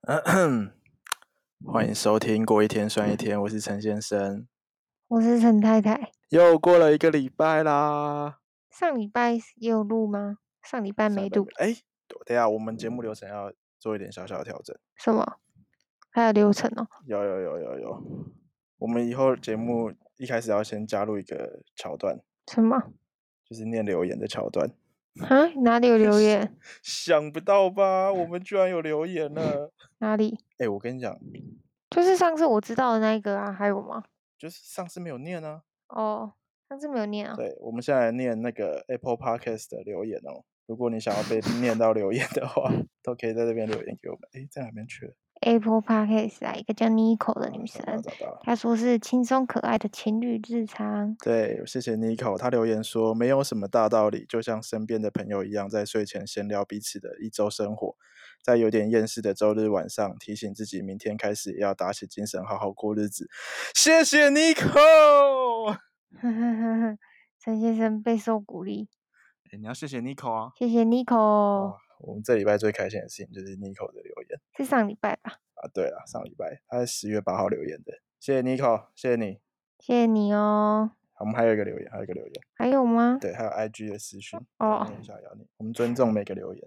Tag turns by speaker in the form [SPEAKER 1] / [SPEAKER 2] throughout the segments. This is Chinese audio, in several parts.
[SPEAKER 1] 欢迎收听《过一天算一天》，我是陈先生。
[SPEAKER 2] 我是陈太太。
[SPEAKER 1] 又过了一个礼拜啦，
[SPEAKER 2] 上礼拜也有录吗？上礼拜没录。
[SPEAKER 1] 哎，等一下我们节目流程要做一点小小的调整。
[SPEAKER 2] 什么？还有流程哦。
[SPEAKER 1] 有有有有有，我们以后节目一开始要先加入一个桥段，
[SPEAKER 2] 什么？
[SPEAKER 1] 就是念留言的桥段。
[SPEAKER 2] 啊？哪里有 留言？
[SPEAKER 1] 想不到吧？我们居然有留言了！
[SPEAKER 2] 哪里？
[SPEAKER 1] 哎，我跟你讲，
[SPEAKER 2] 就是上次我知道的那一个啊，还有吗？
[SPEAKER 1] 就是上次没有念啊。
[SPEAKER 2] 哦，上次没有念啊。
[SPEAKER 1] 对，我们现在来念那个 Apple Podcast 的留言哦。如果你想 要被念到留言的话，都可以在这边留言给我们。哎，在哪边去了？
[SPEAKER 2] Apple Podcast 啊，一个叫 Nico 的
[SPEAKER 1] 啊
[SPEAKER 2] 女
[SPEAKER 1] 找到
[SPEAKER 2] 生，
[SPEAKER 1] 找到了。
[SPEAKER 2] 她说是轻松可爱的情侣日常。
[SPEAKER 1] 对，谢谢 Nico，他留言说没有什么大道理，就像身边的朋友一样，在睡前闲聊彼此的一周生活，在有点厌世的周日晚上，提醒自己明天开始也要打起精神，好好过日子。谢谢 Nico，
[SPEAKER 2] 陈先生备受鼓励，
[SPEAKER 1] 诶你要谢谢 Nico 啊！
[SPEAKER 2] 谢谢 Nico。
[SPEAKER 1] 哇我们这礼拜最开心的事情就是 Nico 的留言
[SPEAKER 2] 是上礼拜吧？
[SPEAKER 1] 啊，对了，上礼拜他是十月八号留言的，谢谢 Nico，谢谢你。
[SPEAKER 2] 谢谢你哦。
[SPEAKER 1] 我们还有一个留言，还有一个留言，
[SPEAKER 2] 还有吗？
[SPEAKER 1] 对，还有 IG 的私讯，
[SPEAKER 2] 哦
[SPEAKER 1] 念一下要你，我们尊重每个留言。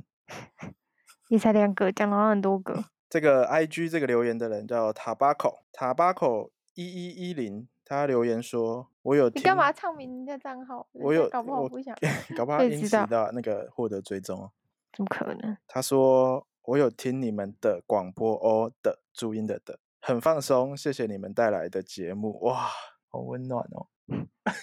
[SPEAKER 2] 也才两个，讲了很多个。
[SPEAKER 1] 这个 IG 这个留言的人叫塔巴口，塔巴口一一一零，他留言说：“我有
[SPEAKER 2] 你
[SPEAKER 1] 听，
[SPEAKER 2] 干嘛唱明人家账号？人
[SPEAKER 1] 我
[SPEAKER 2] 家
[SPEAKER 1] 有
[SPEAKER 2] 搞不好
[SPEAKER 1] 我
[SPEAKER 2] 不想，
[SPEAKER 1] 搞不好
[SPEAKER 2] 被
[SPEAKER 1] 因
[SPEAKER 2] 知
[SPEAKER 1] 此
[SPEAKER 2] 道
[SPEAKER 1] 到那个获得追踪哦。
[SPEAKER 2] 怎么可能？”
[SPEAKER 1] 他说：“我有听你们的广播哦的注音的的，很放松，谢谢你们带来的节目，哇，好温暖哦。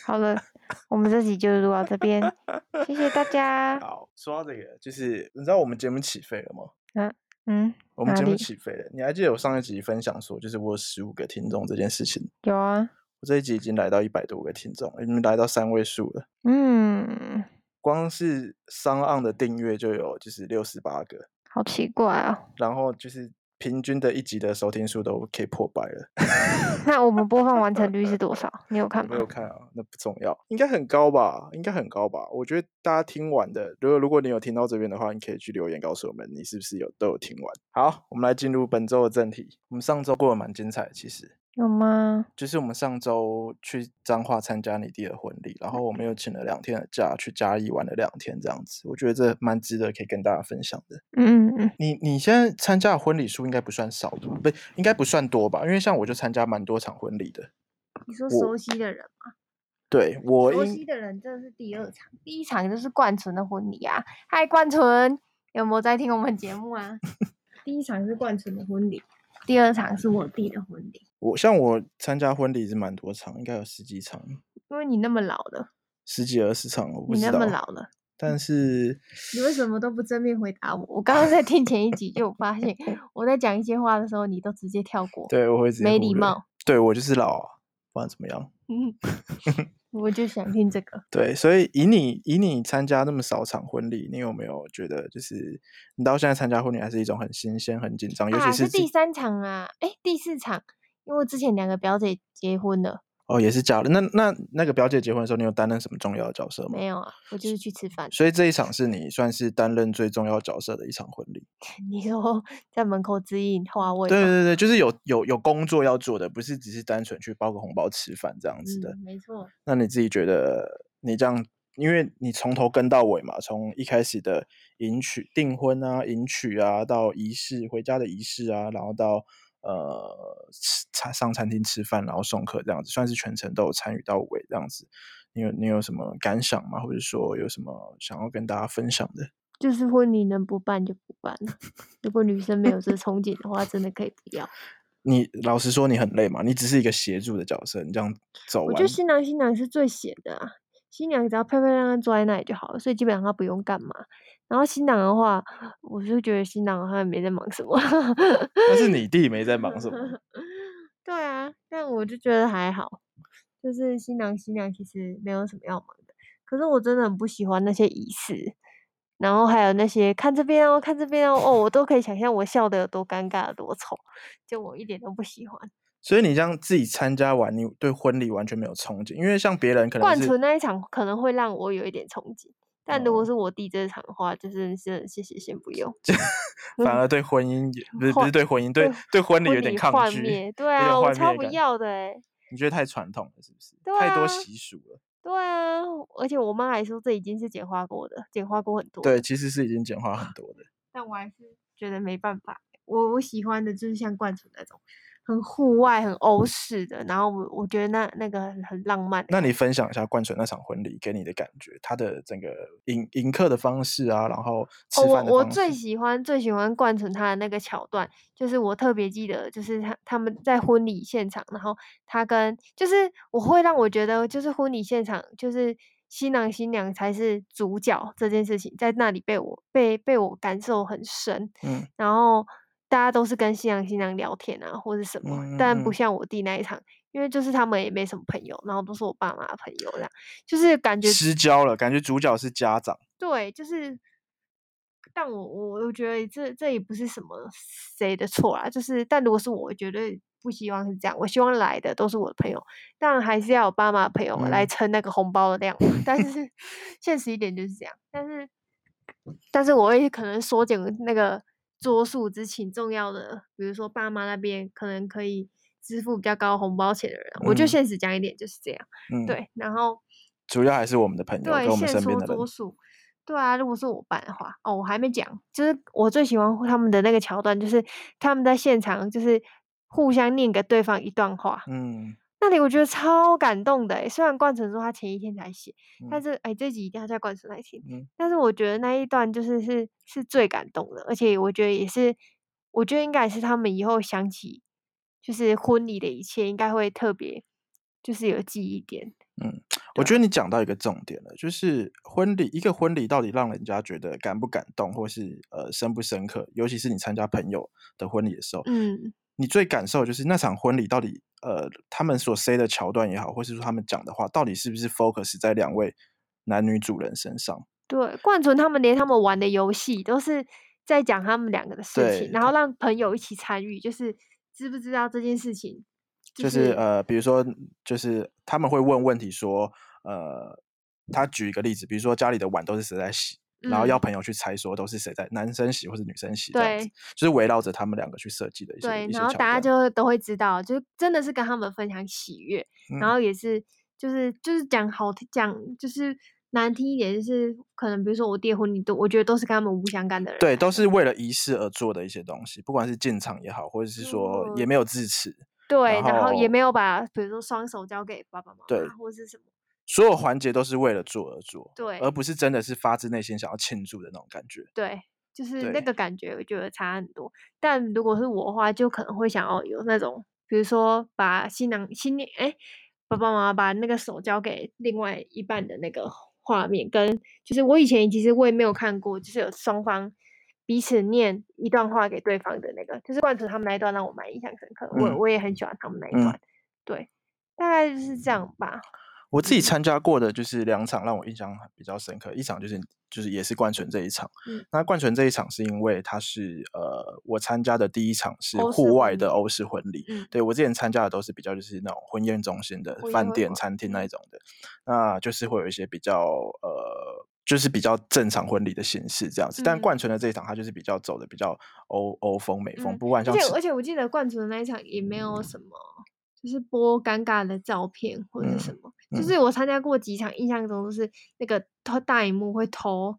[SPEAKER 2] 好了，我们这集就录到这 边，
[SPEAKER 1] 哦
[SPEAKER 2] 谢谢大家。
[SPEAKER 1] 好，说到这个，就是你知道我们节目起飞了吗？
[SPEAKER 2] 嗯，
[SPEAKER 1] 我们
[SPEAKER 2] 哪
[SPEAKER 1] 节目
[SPEAKER 2] 里
[SPEAKER 1] 起飞了，你还记得我上一集分享说，就是我有十五个听众这件事情。
[SPEAKER 2] 有啊，
[SPEAKER 1] 我这一集已经来到一百多个听众了，已经来到三位数了。
[SPEAKER 2] 嗯，
[SPEAKER 1] 光是商岸的订阅就有就是六十八个，
[SPEAKER 2] 好奇怪哦。
[SPEAKER 1] 然后就是平均的一集的收听数都可以破百了。
[SPEAKER 2] 那我们播放完成率是多少？你有
[SPEAKER 1] 我
[SPEAKER 2] 看
[SPEAKER 1] 没
[SPEAKER 2] 吗？
[SPEAKER 1] 有看啊，那不重要，应该很高吧？应该很高吧？我觉得大家听完的，如果如果你有听到这边的话，你可以去留言告诉我们，你是不是有都有听完。好，我们来进入本周的正题。我们上周过得蛮精彩的，其实。
[SPEAKER 2] 有吗？
[SPEAKER 1] 就是我们上周去彰化参加你弟的婚礼，然后
[SPEAKER 2] 嗯
[SPEAKER 1] 我们又请了两天的假去嘉义玩了两天，这样子，我觉得这蛮值得可以跟大家分享的。
[SPEAKER 2] 嗯嗯嗯，
[SPEAKER 1] 你你现在参加的婚礼数应该不算少的吧，不应该不算多吧？因为像我就参加蛮多场婚礼的，
[SPEAKER 2] 你说
[SPEAKER 1] 我熟
[SPEAKER 2] 悉的人吗？
[SPEAKER 1] 对我应
[SPEAKER 2] 的人真的是第二场，第一场就是冠纯的婚礼啊。嗨，冠纯，有没有在听我们节目啊？ 第一场是冠纯的婚礼，第二场是我弟的婚礼。
[SPEAKER 1] 我像我参加婚礼是蛮多场，应该有十几场，
[SPEAKER 2] 因为你那么老了，
[SPEAKER 1] 十几二十场，我不
[SPEAKER 2] 你
[SPEAKER 1] 知
[SPEAKER 2] 那
[SPEAKER 1] 道
[SPEAKER 2] 么。老嗯了，
[SPEAKER 1] 但是
[SPEAKER 2] 你为什么都不正面回答 我？我刚刚在听前一集就有发现，我在讲一些话的时候，你都直接跳过，
[SPEAKER 1] 对 我会直接
[SPEAKER 2] 没
[SPEAKER 1] 忽
[SPEAKER 2] 礼
[SPEAKER 1] 略
[SPEAKER 2] 貌。
[SPEAKER 1] 对我就是老啊，不管怎么样。
[SPEAKER 2] 嗯， 我就想听这个。
[SPEAKER 1] 对，所以以你以你参加那么少场婚礼，你有没有觉得就是你到现在参加婚礼还是一种很新鲜、很紧张，尤
[SPEAKER 2] 啊，
[SPEAKER 1] 其
[SPEAKER 2] 是
[SPEAKER 1] 自
[SPEAKER 2] 第三场啊，哎，第四场，因为我之前两个表姐结婚了，
[SPEAKER 1] 哦也是假的。那那那个表姐结婚的时候，你有担任什么重要的角色吗
[SPEAKER 2] 没？有啊，我就是去吃饭。
[SPEAKER 1] 所以这一场是你算是担任最重要角色的一场婚礼。
[SPEAKER 2] 你说在门口指引哦花位吗，
[SPEAKER 1] 对对对，就是有有有工作要做的，不是只是单纯去包个红包吃饭这样子的。
[SPEAKER 2] 嗯，没错。
[SPEAKER 1] 那你自己觉得你这样，因为你从头跟到尾嘛，从一开始的迎娶、订婚啊、迎娶啊，到仪式、回家的仪式啊，然后到呃吃餐上餐厅吃饭，然后送客这样子，算是全程都有参与到尾这样子。你有你有什么感想吗？或者说有什么想要跟大家分享的？
[SPEAKER 2] 就是婚礼能不办就不办了。如果女生没有这憧憬的话，真的可以不要。
[SPEAKER 1] 你老实说，你很累嘛？你只是一个协助的角色，你这样走
[SPEAKER 2] 我
[SPEAKER 1] 完
[SPEAKER 2] 觉得新郎新娘是最闲的啊，新娘只要漂漂亮亮坐在那里就好了，所以基本上她不用干嘛。然后新郎的话，我就觉得新郎他也没在忙什么。
[SPEAKER 1] 但是你弟没在忙什么
[SPEAKER 2] 对啊，但我就觉得还好，就是新郎新娘其实没有什么要忙的。可是我真的很不喜欢那些仪式，然后还有那些看这边哦，看这边哦，哦，我都可以想象我笑的有多尴尬、有多丑，就我一点都不喜欢。
[SPEAKER 1] 所以你这样自己参加完，你对婚礼完全没有憧憬，因为像别人可能
[SPEAKER 2] 冠
[SPEAKER 1] 是哦
[SPEAKER 2] 纯那一场可能会让我有一点憧憬，但如果是我弟这场的话，就是是谢谢，先不用。
[SPEAKER 1] 反而对婚姻也不是不
[SPEAKER 2] 幻
[SPEAKER 1] 是对婚姻，对
[SPEAKER 2] 嗯对
[SPEAKER 1] 对婚礼有
[SPEAKER 2] 婚
[SPEAKER 1] 点
[SPEAKER 2] 礼
[SPEAKER 1] 抗
[SPEAKER 2] 幻
[SPEAKER 1] 拒，
[SPEAKER 2] 灭对
[SPEAKER 1] 有点
[SPEAKER 2] 啊我
[SPEAKER 1] 幻
[SPEAKER 2] 超
[SPEAKER 1] 灭
[SPEAKER 2] 不
[SPEAKER 1] 感
[SPEAKER 2] 要的欸
[SPEAKER 1] 你觉得太传统了是不是？
[SPEAKER 2] 对
[SPEAKER 1] 太多
[SPEAKER 2] 啊
[SPEAKER 1] 习俗了。
[SPEAKER 2] 对啊，而且我妈还说这已经是简化过的，简化过很多。
[SPEAKER 1] 对，，其实是已经简化很多的。
[SPEAKER 2] 但我还是觉得没办法。我我喜欢的就是像冠楚那种很户外、很欧式的，然后我我觉得那那个很很浪漫的
[SPEAKER 1] 那你分享一下冠纯那场婚礼给你的感觉，他的整个迎迎客的方式啊，然后吃
[SPEAKER 2] 哦，我
[SPEAKER 1] 饭的
[SPEAKER 2] 我
[SPEAKER 1] 方式。
[SPEAKER 2] 最喜欢最喜欢冠纯他的那个桥段，就是我特别记得，就是他他们在婚礼现场，然后他跟就是我会让我觉得，就是婚礼现场就是新郎新娘才是主角这件事情，在那里被我被被我感受很深，
[SPEAKER 1] 嗯
[SPEAKER 2] 然后大家都是跟新郎新娘聊天啊或者什么，
[SPEAKER 1] 嗯嗯
[SPEAKER 2] 但不
[SPEAKER 1] 嗯
[SPEAKER 2] 像我弟那一场，因为就是他们也没什么朋友，然后都是我爸妈的朋友这样，就是感觉
[SPEAKER 1] 失焦了，感觉主角是家长。
[SPEAKER 2] 对，就是，但我我我觉得这这也不是什么谁的错啦，就是，但如果是我，我绝对不希望是这样，我希望来的都是我的朋友，但还是要有爸妈的朋友来
[SPEAKER 1] 嗯
[SPEAKER 2] 撑那个红包的量嘛。但 是现实一点就是这样，但是，但是我会可能缩减那个桌数，只请重要的，比如说爸妈那边可能可以支付比较高红包钱的人啊，我就
[SPEAKER 1] 嗯
[SPEAKER 2] 现实讲一点就是这样，
[SPEAKER 1] 嗯，，
[SPEAKER 2] 对，然后。
[SPEAKER 1] 主要还是我们的朋友跟
[SPEAKER 2] 对，
[SPEAKER 1] 我们
[SPEAKER 2] 限
[SPEAKER 1] 身边
[SPEAKER 2] 缩
[SPEAKER 1] 的人
[SPEAKER 2] 多。数。对啊，如果是我办的话，哦，我还没讲，就是我最喜欢他们的那个桥段，就是他们在现场就是互相念给对方一段话，
[SPEAKER 1] 嗯，
[SPEAKER 2] 那里我觉得超感动的欸。虽然冠城说他前一天才写，但
[SPEAKER 1] 嗯
[SPEAKER 2] 是哎，这集一定要在冠城来听。
[SPEAKER 1] 嗯
[SPEAKER 2] 但是我觉得那一段就是是是最感动的，而且我觉得也是，我觉得应该也是他们以后想起就是婚礼的一切，应该会特别就是有记忆点。
[SPEAKER 1] 嗯，我
[SPEAKER 2] 对啊
[SPEAKER 1] 觉得你讲到一个重点了，就是婚礼，一个婚礼到底让人家觉得感不感动，或是呃深不深刻，尤其是你参加朋友的婚礼的时候，
[SPEAKER 2] 嗯，
[SPEAKER 1] 你最感受就是那场婚礼到底呃他们所 say 的桥段也好，或是说他们讲的话，到底是不是 focus 在两位男女主人身上？
[SPEAKER 2] 对，冠纯他们连他们玩的游戏都是在讲他们两个的事情，
[SPEAKER 1] 对
[SPEAKER 2] 然后让朋友一起参与，就是知不知道这件事情，、
[SPEAKER 1] 就是是呃，比如说，就是他们会问问题说，呃，他举一个例子，比如说家里的碗都是谁在洗，然后要
[SPEAKER 2] 嗯，
[SPEAKER 1] 朋友去猜说都是谁在男生洗或是女生洗这样子，
[SPEAKER 2] 对
[SPEAKER 1] 就是围绕着他们两个去设计的一些
[SPEAKER 2] 对，
[SPEAKER 1] 一些
[SPEAKER 2] 然后
[SPEAKER 1] 桥
[SPEAKER 2] 大家
[SPEAKER 1] 段。
[SPEAKER 2] 就都会知道，就真的是跟他们分享喜悦，然
[SPEAKER 1] 嗯
[SPEAKER 2] 后也是就是就是讲好听讲就是难听一点，就是可能比如说我爹婚礼都，我觉得都是跟他们无相干的人啊
[SPEAKER 1] 对，
[SPEAKER 2] 来
[SPEAKER 1] 都
[SPEAKER 2] 的，
[SPEAKER 1] 是为了仪式而做的一些东西，不管是进场也好，或者是说也
[SPEAKER 2] 嗯，
[SPEAKER 1] 没有致辞，
[SPEAKER 2] 对，
[SPEAKER 1] 然
[SPEAKER 2] 然后也
[SPEAKER 1] 后
[SPEAKER 2] 没有把比如说双手交给爸爸妈
[SPEAKER 1] 对
[SPEAKER 2] 妈或是什么，
[SPEAKER 1] 所有环节都是为了做而做，而
[SPEAKER 2] 对
[SPEAKER 1] 不是真的是发自内心想要庆祝的那种感觉。
[SPEAKER 2] 对，就是那
[SPEAKER 1] 对，
[SPEAKER 2] 个感觉，我觉得差很多。但如果是我的话，就可能会想要有那种，比如说把新郎新娘哎、爸爸妈妈把那个手交给另外一半的那个画面，跟就是我以前其实我也没有看过，就是有双方彼此念一段话给对方的那个，就是冠楚他们那一段让我蛮印象深刻，我
[SPEAKER 1] 嗯
[SPEAKER 2] 我也很喜欢他们那一
[SPEAKER 1] 嗯。
[SPEAKER 2] 段，对，大概就是这样吧，
[SPEAKER 1] 我自己
[SPEAKER 2] 嗯
[SPEAKER 1] 参加过的就是两场让我印象比较深刻，一场就是就是也是冠纯这一场。
[SPEAKER 2] 嗯，
[SPEAKER 1] 那冠纯这一场是因为它是呃我参加的第一场是
[SPEAKER 2] 欧式
[SPEAKER 1] 户外
[SPEAKER 2] 婚
[SPEAKER 1] 的
[SPEAKER 2] 礼，
[SPEAKER 1] 欧式婚礼，
[SPEAKER 2] 嗯，
[SPEAKER 1] 对我之前参加的都是比较就是那种婚宴中心的
[SPEAKER 2] 我也
[SPEAKER 1] 饭
[SPEAKER 2] 会
[SPEAKER 1] 店、
[SPEAKER 2] 玩，
[SPEAKER 1] 餐厅那一
[SPEAKER 2] 嗯
[SPEAKER 1] 种的，那就是会有一些比较呃。就是比较正常婚礼的形式这样子，但
[SPEAKER 2] 嗯。
[SPEAKER 1] 冠纯的这一场，它就是比较走的比较欧欧风美风，
[SPEAKER 2] 嗯，
[SPEAKER 1] 不管
[SPEAKER 2] 而
[SPEAKER 1] 像
[SPEAKER 2] 且
[SPEAKER 1] 吃，
[SPEAKER 2] 而且我记得冠主的那一场也没有什么，就是播尴尬的照片或者什
[SPEAKER 1] 嗯
[SPEAKER 2] 么，就
[SPEAKER 1] 嗯，
[SPEAKER 2] 是我参加过几场，印象中都是那个投大荧幕会投